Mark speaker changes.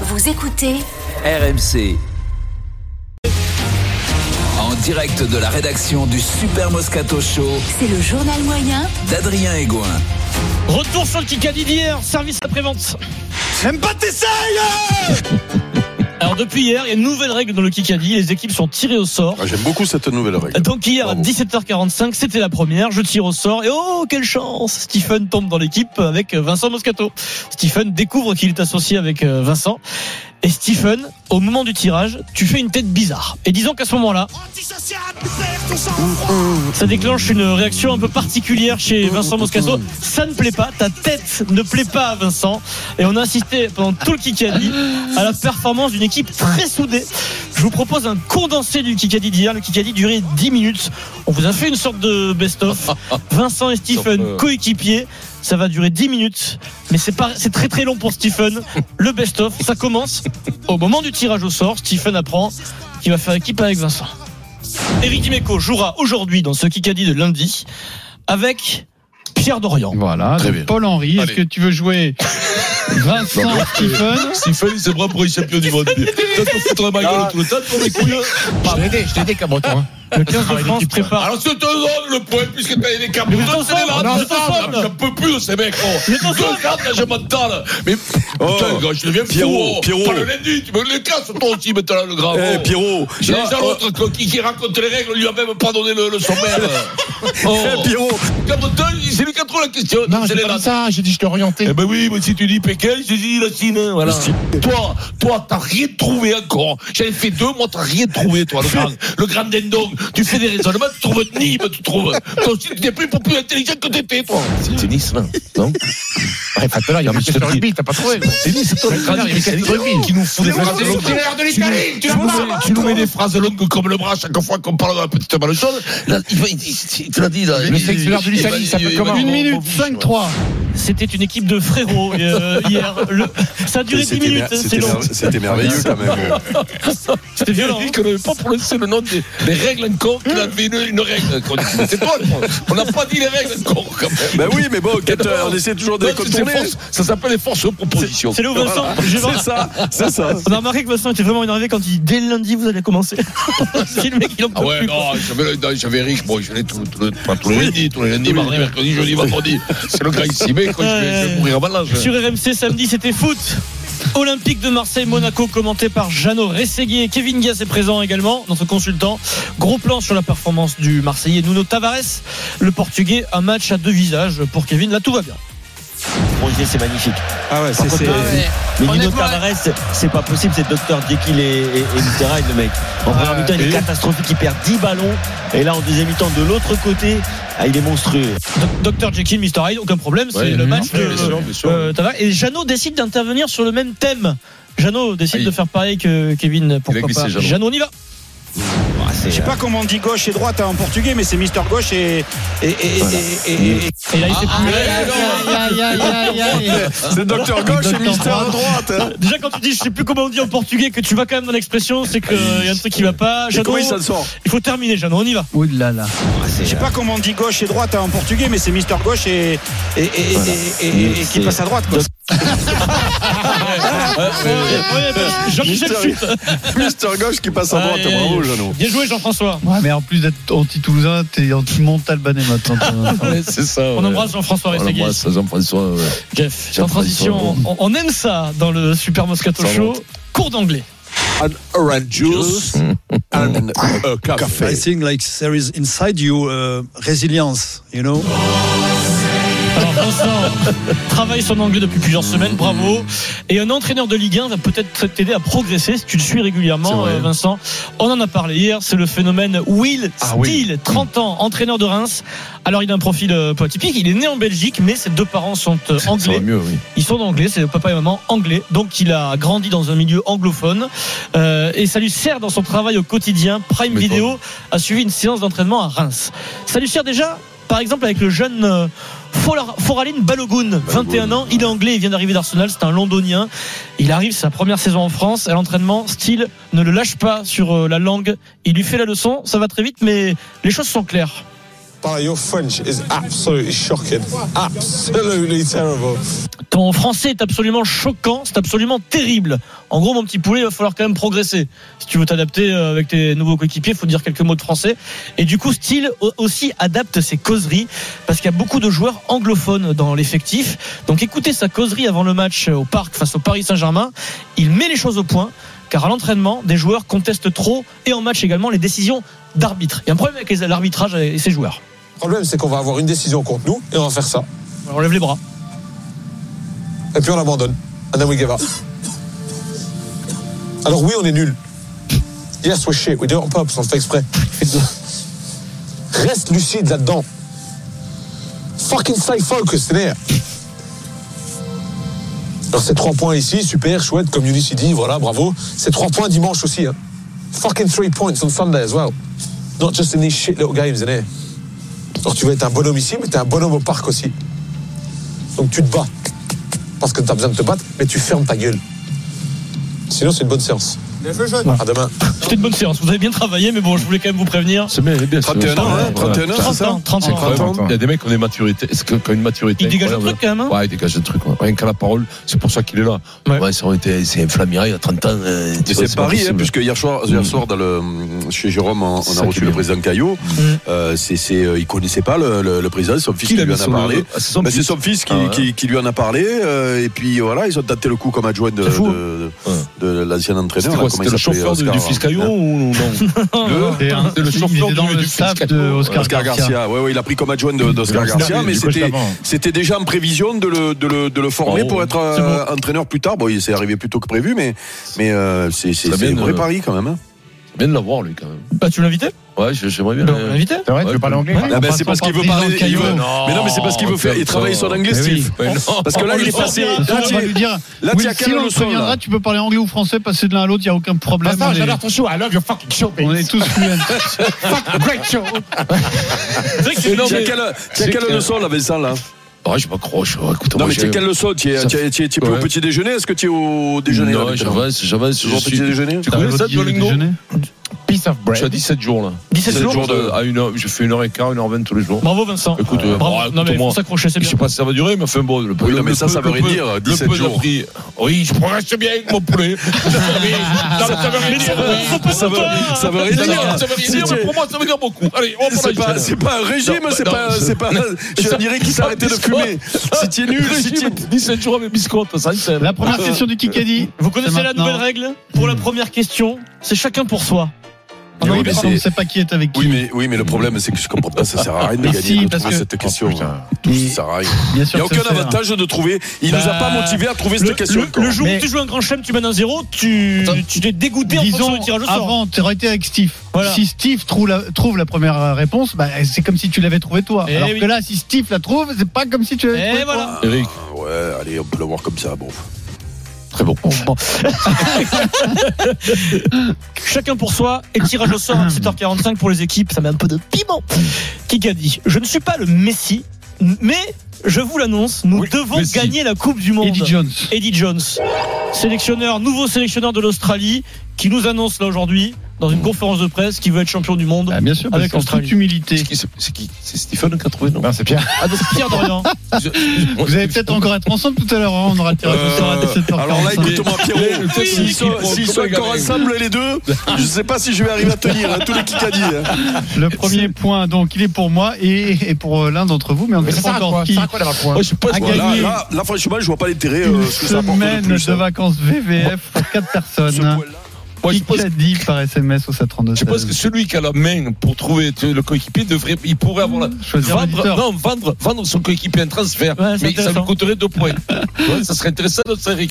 Speaker 1: Vous écoutez
Speaker 2: RMC. En direct de la rédaction du Super Moscato Show
Speaker 1: C'est le journal moyen
Speaker 2: d'Adrien Egoin.
Speaker 3: Retour sur le Kikadi d'hier, service après-vente.
Speaker 4: Même pas t'essayes
Speaker 3: Alors depuis hier, il y a une nouvelle règle dans le Kikadi, les équipes sont tirées au sort.
Speaker 4: Ah, J'aime beaucoup cette nouvelle règle.
Speaker 3: Donc hier, à
Speaker 4: Bravo.
Speaker 3: 17h45, c'était la première, je tire au sort et oh, quelle chance Stephen tombe dans l'équipe avec euh, Vincent Moscato. Stephen découvre qu'il est associé avec euh, Vincent. Et Stephen, au moment du tirage, tu fais une tête bizarre. Et disons qu'à ce moment-là, ça déclenche une réaction un peu particulière chez Vincent Moscato. Ça ne plaît pas, ta tête ne plaît pas à Vincent. Et on a assisté pendant tout le Kikadi à la performance d'une équipe très soudée. Je vous propose un condensé du Kikadi d'hier. Le Kikadi durait 10 minutes. On vous a fait une sorte de best-of. Vincent et Stephen, coéquipiers. Ça va durer 10 minutes, mais c'est pas, c'est très très long pour Stephen. Le best-of, ça commence au moment du tirage au sort. Stephen apprend qu'il va faire équipe avec Vincent. Eric Dimeco jouera aujourd'hui dans ce Kikadi de lundi avec Pierre Dorian.
Speaker 5: Voilà,
Speaker 4: Très
Speaker 5: donc
Speaker 4: bien.
Speaker 5: Paul Henry, est-ce
Speaker 4: Allez.
Speaker 5: que tu veux jouer Vincent Stephen
Speaker 6: Stephen, il se prend pour les champions du monde. Toi, t'en
Speaker 3: Oh
Speaker 6: foutre ma gueule autour de ça, pour les couilles.
Speaker 3: Le 15 de France prépare.
Speaker 6: Alors, c'est te donne le point, puisque t'as les câbles.
Speaker 3: Mais vous êtes
Speaker 6: Donnez-les
Speaker 3: ensemble,
Speaker 6: là,
Speaker 3: non, vous êtes
Speaker 6: donnez-les là.
Speaker 3: ensemble.
Speaker 6: J'en peux plus de ces mecs, gros.
Speaker 3: Vous êtes ensemble.
Speaker 6: Deux cartes, là, je m'entends, là. Mais, putain, gars, je deviens fou,
Speaker 4: oh. Pierrot,
Speaker 6: gros.
Speaker 4: Pierrot.
Speaker 6: Pas le lundi, tu me les casses, toi aussi, maintenant, le grand.
Speaker 4: Eh
Speaker 6: gros.
Speaker 4: Pierrot
Speaker 6: J'ai
Speaker 4: là,
Speaker 6: déjà
Speaker 4: oh,
Speaker 6: l'autre qui, qui raconte les règles, on lui a même pas donné le, le sommaire. Oh.
Speaker 4: eh, Pierrot
Speaker 6: Comme toi, c'est lui qui a trop la question.
Speaker 7: Non,
Speaker 6: C'est
Speaker 7: j'ai
Speaker 6: les
Speaker 7: pas
Speaker 6: lattes.
Speaker 7: dit ça, j'ai dit je t'ai orienté.
Speaker 6: Eh ben oui, mais si tu dis Pékin, je dis la Chine, hein, voilà. Toi, toi, t'as rien trouvé encore. J'avais fait deux, moi, t'as rien trouvé, toi, le grand, le grand dindon. Tu fais des raisonnements, tu trouves une Nîmes, tu trouves. Toi aussi, tu t'es pris pour plus intelligent que t'étais, toi. C'est Nice, non? Non?
Speaker 7: Bref, attends, là, il y a une question de rugby, t'as pas trouvé.
Speaker 6: C'est Nice, toi, le grand
Speaker 7: Il y a une
Speaker 6: dindon.
Speaker 7: question de rugby.
Speaker 6: Qui nous fout des phrases
Speaker 7: C'est
Speaker 6: longues.
Speaker 7: l'itinéraire de
Speaker 6: Tu nous-
Speaker 7: l'Italie,
Speaker 6: tu
Speaker 7: tu vas
Speaker 6: nous
Speaker 7: voir.
Speaker 6: mets- Tu nous mets des phrases longues comme le bras à chaque fois qu'on parle de la petite malchance. Là, il va- il- il- il te l'a dit, là.
Speaker 7: Le sélectionneur de l'Italie,
Speaker 6: il-
Speaker 7: ça
Speaker 6: il-
Speaker 7: peut
Speaker 6: il-
Speaker 7: comment
Speaker 6: il-
Speaker 7: Une
Speaker 6: il-
Speaker 7: minute,
Speaker 6: il-
Speaker 5: 5-3.
Speaker 3: C'était une équipe de frérots euh, hier. Le- ça a duré 10
Speaker 4: C'était
Speaker 3: minutes,
Speaker 4: mer-
Speaker 3: hein, c'est
Speaker 4: c'était
Speaker 3: long.
Speaker 4: mer- c'était merveilleux quand même.
Speaker 3: C'était
Speaker 6: Il a
Speaker 3: violent.
Speaker 6: dit qu'on n'avait pas prononcé le nom des, des règles encore, qu'il avait une, une règle. qu'on- C'est toi, le problème. on n'a pas dit les règles encore, quand même.
Speaker 4: Ben oui, mais bon, quand, euh, on essaie toujours de les
Speaker 6: Non, c'est- c'est
Speaker 4: contourner.
Speaker 6: force- ça s'appelle les forces de proposition.
Speaker 3: hein. C'est là où Vincent,
Speaker 4: Voilà.
Speaker 3: j'ai vraiment-
Speaker 4: C'est ça, c'est ça.
Speaker 3: On a remarqué que Vincent était vraiment énervé quand il dit dès lundi vous allez commencer. c'est le mec qui en
Speaker 6: Ah
Speaker 3: peut
Speaker 6: ouais,
Speaker 3: plus.
Speaker 6: non, j'avais, non, j'avais Eric, bon, je l'ai tous tous les- pas tous les lundis, tous les lundis, mardi, mercredi, jeudi, vendredi. C'est le gars ici, mais quand je vais, je vais mourir avant l'âge.
Speaker 3: Sur RMC samedi, c'était foot. Olympique de Marseille-Monaco commenté par Jeannot Rességuier. Kevin Gass est présent également, notre consultant. Gros plan sur la performance du Marseillais Nuno Tavares. Le Portugais, un match à deux visages pour Kevin. Là, tout va bien.
Speaker 8: Roger, c'est magnifique.
Speaker 9: Ah ouais, c'est. c'est-
Speaker 8: Mais Nuno Tavares, c'est pas possible, c'est Docteur Jekyll et, et, et Mr. Hyde, le mec. En première mi-temps, il est catastrophique, il perd 10 ballons. Et là, en deuxième mi-temps, de l'autre côté, ah, il est monstrueux.
Speaker 3: Docteur Jekyll, Mr. Hyde, aucun problème. C'est
Speaker 6: Ouais,
Speaker 3: le match
Speaker 6: ouais,
Speaker 3: de
Speaker 6: bien sûr, bien sûr.
Speaker 3: euh, Tavares. Et Jeannot décide d'intervenir sur le même thème. Jeannot décide
Speaker 6: Aïe.
Speaker 3: de faire pareil que Kevin. Pourquoi
Speaker 6: glissé,
Speaker 3: pas
Speaker 6: Jeannot.
Speaker 3: Jeannot, on y va.
Speaker 8: Ah, c'est-
Speaker 9: Je sais pas comment on dit gauche et droite en portugais, mais c'est Mister Gauche et. et, et, et- et- et-
Speaker 3: Et là, il fait plus-
Speaker 7: Aïe, aïe, aïe, aïe, aïe, aïe.
Speaker 4: C'est Docteur Gauche et Mister à droite.
Speaker 3: Euh,
Speaker 4: hein.
Speaker 3: Déjà, quand tu dis, je sais plus comment on dit en portugais, que tu vas quand même dans l'expression, c'est qu'il y a un truc qui va pas.
Speaker 4: Et
Speaker 3: Jeannot,
Speaker 4: comment il s'en sort
Speaker 3: il faut terminer, Jeannot, on y va.
Speaker 8: ah, c'est-
Speaker 9: Je sais pas comment on dit gauche et droite en portugais, mais c'est Mister Gauche et. et- et- et- et- et- et- et qui passe à droite, quoi.
Speaker 3: Ouais, bah, Jean-Michel
Speaker 4: Mister-
Speaker 3: Chute.
Speaker 4: Mister Gauche qui passe à droite.
Speaker 3: Aïe, aïe, aïe.
Speaker 4: Bravo, Jeannot.
Speaker 3: Bien joué, Jean-François.
Speaker 5: Ouais, mais en plus d'être anti-Toulousain, t'es anti-Montalbanais maintenant.
Speaker 6: Ouais, c'est ça.
Speaker 3: On
Speaker 6: ouais.
Speaker 3: embrasse Jean-François
Speaker 6: On
Speaker 3: Rességuier.
Speaker 6: embrasse Jean-François. ouais.
Speaker 3: Jeff, sans transition, on, on aime ça dans le Super Moscato
Speaker 6: Ça
Speaker 3: Show.
Speaker 6: monte.
Speaker 3: Cours d'anglais.
Speaker 4: Orange juice Ah, and a café.
Speaker 10: I think like there is inside you uh, resilience, you know.
Speaker 3: Alors Vincent travaille son anglais depuis plusieurs semaines, bravo. Et un entraîneur de Ligue 1 va peut-être t'aider à progresser si tu le suis régulièrement, euh, Vincent. On en a parlé hier, c'est le phénomène Will Steele, 30 ans, entraîneur de Reims. Alors il a un profil euh, peu atypique, il est né en Belgique, mais ses deux parents sont euh,
Speaker 6: Ça
Speaker 3: anglais.
Speaker 6: va mieux, oui.
Speaker 3: Ils sont anglais, c'est papa et maman anglais. Donc il a grandi dans un milieu anglophone Euh, et ça lui sert dans son travail au quotidien. Prime
Speaker 6: Mais
Speaker 3: Video a suivi une séance d'entraînement à Reims. Ça lui sert déjà, par exemple, avec le jeune euh, Fola- Foraline Balogun, 21 ans. Il est anglais, il vient d'arriver d'Arsenal, c'est un londonien. Il arrive, c'est sa première saison en France. À l'entraînement, style, ne le lâche pas sur euh, la langue. Il lui fait la leçon, ça va très vite, mais les choses sont claires.
Speaker 11: Barra, your French is absolutely shocking. Absolutely terrible.
Speaker 3: Ton français est absolument choquant, c'est absolument terrible. En gros, mon petit poulet, il va falloir quand même progresser. Si tu veux t'adapter euh, avec tes nouveaux coéquipiers, il faut dire quelques mots de français. Et du coup, Steele au- aussi adapte ses causeries, parce qu'il y a beaucoup de joueurs anglophones dans l'effectif. Donc écoutez sa causerie avant le match euh, au parc face au Paris Saint-Germain. Il met les choses au point, car à l'entraînement, des joueurs contestent trop, et en match également, les décisions d'arbitre. Il y a un problème avec les- l'arbitrage et ses joueurs.
Speaker 11: Le problème, c'est qu'on va avoir une décision contre nous et on va faire ça.
Speaker 3: On lève les bras.
Speaker 11: Et puis on abandonne. Adam Wigeva. Alors oui, on est nul. Yes, we're shit. We do it on purpose, on le fait exprès. Reste lucide là-dedans. Fucking stay focused in here. Alors ces trois points ici, super, chouette, comme Ulysse dit, voilà, bravo. Ces trois points dimanche aussi. Hein. Fucking three points on Sunday as well. Not just in these shit little games in here. Alors tu vas être un bonhomme ici, mais t'es un bonhomme au parc aussi. Donc tu te bats parce que tu as besoin de te battre, mais tu fermes ta gueule. Sinon, c'est une bonne séance. À demain.
Speaker 3: C'était une bonne séance. Vous avez bien travaillé, mais bon, je voulais quand même vous prévenir.
Speaker 6: C'est bien, elle est bien.
Speaker 4: 31 ans, hein, 31 ans, c'est ça
Speaker 3: 30
Speaker 6: C'est
Speaker 3: ans.
Speaker 6: quand même-
Speaker 4: 30 ans.
Speaker 6: Il y a des mecs qui ont des maturités. Est-ce que quand une maturité.
Speaker 3: Il dégage un
Speaker 6: incroyable-
Speaker 3: truc, quand même, hein
Speaker 6: Ouais, il dégage un truc. ouais. Rien qu'à la parole, c'est pour ça qu'il est là.
Speaker 3: Ouais.
Speaker 6: Ouais, ça aurait été- c'est un Flamira, il a 30 ans. euh, tu
Speaker 4: Et
Speaker 6: vois,
Speaker 4: c'est Paris,
Speaker 6: pas
Speaker 4: hein,
Speaker 6: possible.
Speaker 4: puisque hier soir, hier soir dans le, mm, chez Jérôme, on, on
Speaker 6: C'est Mm. ça
Speaker 4: a
Speaker 6: qui est
Speaker 4: reçu
Speaker 6: bien. Mm.
Speaker 4: le président Caillot. Euh, c'est, c'est, euh, il connaissait pas le, le, le président, son fils
Speaker 6: Qui
Speaker 4: qui,
Speaker 6: l'a
Speaker 4: lui
Speaker 6: mis
Speaker 4: en a
Speaker 6: sur le-
Speaker 4: parlé.
Speaker 6: Ah, c'est son
Speaker 4: Ben,
Speaker 6: fils.
Speaker 4: c'est son fils qui,
Speaker 6: Ah ouais.
Speaker 4: qui, qui lui en a parlé. euh, et puis voilà, ils ont tâté le coup comme adjoint de,
Speaker 6: C'est fou. hein.
Speaker 4: de, de, de l'ancien entraîneur.
Speaker 6: C'était
Speaker 4: là,
Speaker 6: quoi,
Speaker 4: comment
Speaker 6: c'était
Speaker 4: il
Speaker 6: le
Speaker 4: s'appelait,
Speaker 6: chauffeur de-
Speaker 4: Oscar,
Speaker 6: du fils
Speaker 4: hein.
Speaker 6: Caillot ou non
Speaker 3: Euh,
Speaker 5: C'est un-
Speaker 6: le
Speaker 5: il
Speaker 6: chauffeur
Speaker 5: était
Speaker 6: du-
Speaker 5: dans
Speaker 6: du
Speaker 5: le
Speaker 6: fils
Speaker 5: staff
Speaker 6: Caillot.
Speaker 5: de Oscar
Speaker 4: Oscar Garcia,
Speaker 5: Garcia.
Speaker 4: ouais, ouais, il a pris comme adjoint de- d'Oscar
Speaker 5: Oui,
Speaker 4: Garcia,
Speaker 5: du
Speaker 4: mais
Speaker 5: coach
Speaker 4: c'était,
Speaker 5: d'avant.
Speaker 4: c'était déjà en prévision de le, de le, de le former
Speaker 6: Bravo.
Speaker 4: pour être
Speaker 3: C'est
Speaker 4: euh,
Speaker 3: bon.
Speaker 4: entraîneur plus tard. Bon, il s'est arrivé plus tôt que prévu, mais, mais euh, c'est, c'est,
Speaker 6: Ça
Speaker 4: c'est un
Speaker 6: vient,
Speaker 4: vrai
Speaker 6: euh,
Speaker 4: pari quand même. hein.
Speaker 6: Bien de l'avoir, lui, quand même.
Speaker 3: Bah, tu l'invitais
Speaker 6: Ouais, je- j'aimerais bien.
Speaker 3: On
Speaker 6: euh,
Speaker 3: l'invitait
Speaker 7: C'est vrai, tu
Speaker 6: Ouais,
Speaker 7: veux parler anglais
Speaker 4: Ah ben, c'est parce qu'il veut parler. il veut- mais non, mais c'est parce qu'il veut faire. Il travaille son anglais,
Speaker 5: Mais oui.
Speaker 4: Steve.
Speaker 6: Ouais, non.
Speaker 4: Oh, Parce que là, il est passé.
Speaker 5: De toute
Speaker 4: Là,
Speaker 5: façon,
Speaker 4: tu
Speaker 5: on va lui
Speaker 4: es-
Speaker 5: dire.
Speaker 4: là,
Speaker 5: oui,
Speaker 4: tu as
Speaker 5: si
Speaker 4: quelle
Speaker 5: on le
Speaker 4: leçon
Speaker 5: préviendra,
Speaker 4: là
Speaker 5: tu peux parler anglais ou français, passer de l'un à l'autre, il n'y a aucun problème.
Speaker 7: Vincent,
Speaker 5: on est-
Speaker 7: j'adore ton show. I love your fucking show, baby.
Speaker 5: on est tous fluents.
Speaker 7: Fuck, great show.
Speaker 3: C'est vrai que
Speaker 4: Mais
Speaker 3: c'est-
Speaker 4: non, tu as quelle, tu as
Speaker 6: c'est
Speaker 4: quelle
Speaker 6: que-
Speaker 4: leçon là, Vincent là
Speaker 6: Ouais, Ah, je m'accroche. ouais, Écoute,
Speaker 4: Non,
Speaker 6: moi,
Speaker 4: mais tu
Speaker 6: j'ai-
Speaker 4: as quelle leçon Tu es,
Speaker 6: Ça-
Speaker 4: tu es- tu es- tu es au
Speaker 6: Ouais.
Speaker 4: petit déjeuner Est-ce que tu es au déjeuner là
Speaker 6: Non,
Speaker 4: maintenant
Speaker 6: j'avance, j'avance.
Speaker 4: Toujours au
Speaker 6: je suis-
Speaker 4: petit déjeuner
Speaker 6: Tu connais ça,
Speaker 5: Votre
Speaker 6: Duolingo
Speaker 5: déjeuner
Speaker 7: Piece of
Speaker 6: Je suis à
Speaker 7: bread.
Speaker 6: 17 jours, là.
Speaker 3: 17
Speaker 4: 17
Speaker 3: jours.
Speaker 4: jours de.
Speaker 6: À une heure, je fais 1h15, 1h20 tous les jours.
Speaker 3: Bravo Vincent.
Speaker 6: Écoute, euh,
Speaker 3: Bravo.
Speaker 6: bah,
Speaker 3: non mais
Speaker 6: écoute-moi.
Speaker 3: faut s'accrocher, c'est
Speaker 6: Je
Speaker 3: bien.
Speaker 6: sais pas si ça va durer, mais enfin bon, le peu,
Speaker 4: Oui, non,
Speaker 6: le
Speaker 4: mais ça,
Speaker 6: peu-
Speaker 4: ça veut
Speaker 6: le
Speaker 4: rien
Speaker 6: peu-
Speaker 4: dire,
Speaker 6: le
Speaker 4: 17
Speaker 6: peu
Speaker 4: jours.
Speaker 6: d'appris. Oui, je progresse bien avec mon poulet. Oui, non, mais ça veut rien dire.
Speaker 4: Ça veut, ça veut rien
Speaker 6: Ça veut rien-
Speaker 4: dire.
Speaker 6: ça veut rien
Speaker 4: Si
Speaker 6: dire,
Speaker 4: tu-
Speaker 6: mais pour moi, ça veut dire beaucoup. Allez, on va
Speaker 4: C'est
Speaker 6: prendre
Speaker 4: pas,
Speaker 6: la
Speaker 4: c'est pas un régime,
Speaker 6: Non,
Speaker 4: c'est
Speaker 6: non,
Speaker 4: pas,
Speaker 6: c'est-
Speaker 4: c'est pas. Je dirais qu'il s'arrêtait de fumer. Si tu es nul, si tu es
Speaker 6: 17 jours avec biscotte, ça, c'est.
Speaker 5: La première session du Kikadi.
Speaker 3: Vous connaissez
Speaker 5: C'est
Speaker 3: la
Speaker 5: maintenant. Hmm.
Speaker 3: nouvelle règle Pour la première question, c'est chacun pour soi.
Speaker 5: On
Speaker 4: Oui, mais
Speaker 5: ne
Speaker 4: c'est-
Speaker 5: sait pas qui est avec qui.
Speaker 4: Oui mais, oui, mais le problème, c'est que je comprends pas, ça sert à rien de
Speaker 5: Mais si,
Speaker 4: gagner de
Speaker 5: parce
Speaker 4: trouver
Speaker 5: que-
Speaker 4: cette question.
Speaker 7: putain.
Speaker 4: Ça sert à rien.
Speaker 5: Bien
Speaker 4: Il n'y
Speaker 5: sûr
Speaker 4: a
Speaker 5: que
Speaker 4: aucun
Speaker 5: ça sert.
Speaker 4: avantage de trouver. Il nous a
Speaker 3: Bah,
Speaker 4: pas motivés à trouver
Speaker 3: Le,
Speaker 4: cette question.
Speaker 3: le-
Speaker 4: encore.
Speaker 3: le jour
Speaker 5: Mais-
Speaker 3: où tu joues un grand chelem, tu mènes un zéro, tu, tu t'es dégoûté en fonction
Speaker 5: Disons,
Speaker 3: du tirage au sort.
Speaker 5: avant, tu aurais été avec Steve.
Speaker 3: Voilà.
Speaker 5: Si Steve trouve la, trouve la première réponse, bah, c'est comme si tu l'avais trouvé toi.
Speaker 3: Eh
Speaker 5: Alors
Speaker 3: oui.
Speaker 5: que là, si Steve la trouve, c'est pas comme si tu l'avais trouvé
Speaker 3: Et Eh, voilà.
Speaker 6: Eric,
Speaker 4: Ouais, allez, on peut le voir comme ça. Bon.
Speaker 6: très bon.
Speaker 3: Chacun pour soi et tirage au sort à 7h45 pour les équipes. Ça met un peu de piment. Qui a dit Je ne suis pas le Messi, mais je vous l'annonce, nous devons
Speaker 6: Messi.
Speaker 3: gagner la Coupe du
Speaker 5: toi.
Speaker 3: Monde.
Speaker 5: Eddie Jones.
Speaker 3: Eddie Jones, sélectionneur, nouveau sélectionneur de l'Australie, qui nous annonce là aujourd'hui, dans une conférence de presse, qu'il veut être champion du monde.
Speaker 5: Bah, bien sûr, parce
Speaker 3: Avec
Speaker 5: qu'en
Speaker 3: l'Australie.
Speaker 5: toute humilité.
Speaker 6: C'est qui ce- C'est qui C'est Stephen qui a trouvé, non
Speaker 7: Non, c'est Pierre.
Speaker 3: Ah, donc Pierre Dorian.
Speaker 5: Vous allez peut-être encore être ensemble tout à l'heure. hein, On aura tiré au sort à 17h45.
Speaker 4: Euh, alors là, écoute-moi, Pierrot,
Speaker 6: Oui.
Speaker 4: s'ils sont,
Speaker 6: Oui.
Speaker 4: s'ils sont
Speaker 6: Oui.
Speaker 4: encore ensemble les deux, je sais pas si je vais arriver à tenir hein, tous les Kikadi. hein.
Speaker 5: le premier point, donc, il est pour moi et, et pour euh, l'un d'entre vous, mais on ne
Speaker 7: Mais
Speaker 5: sait
Speaker 7: ça
Speaker 5: pas
Speaker 7: sert à
Speaker 5: encore
Speaker 7: quoi Ça
Speaker 5: qui.
Speaker 7: sert à quoi d'avoir point
Speaker 6: Moi, je sais pas
Speaker 5: À
Speaker 6: ce
Speaker 4: Voilà,
Speaker 5: gagner
Speaker 4: là, là, franchement, je vois pas l'intérêt euh,
Speaker 5: une
Speaker 4: ce que ça apporte de
Speaker 5: semaine
Speaker 4: plus.
Speaker 5: de
Speaker 4: hein.
Speaker 5: vacances VVF pour 4
Speaker 4: Ce
Speaker 5: personnes.
Speaker 4: poil-là.
Speaker 6: Moi, je pense-
Speaker 5: Kikadi par SMS au 732.
Speaker 6: Je pense que celui qui a la main pour trouver tu sais, le coéquipier devrait, il pourrait avoir la,
Speaker 5: Choisir
Speaker 6: vendre,
Speaker 5: l'éditeur.
Speaker 6: non, vendre, vendre son coéquipier un transfert,
Speaker 3: Ouais, c'est
Speaker 6: mais ça
Speaker 3: intéressant.
Speaker 6: lui coûterait deux points. Tu vois, ça serait intéressant de savoir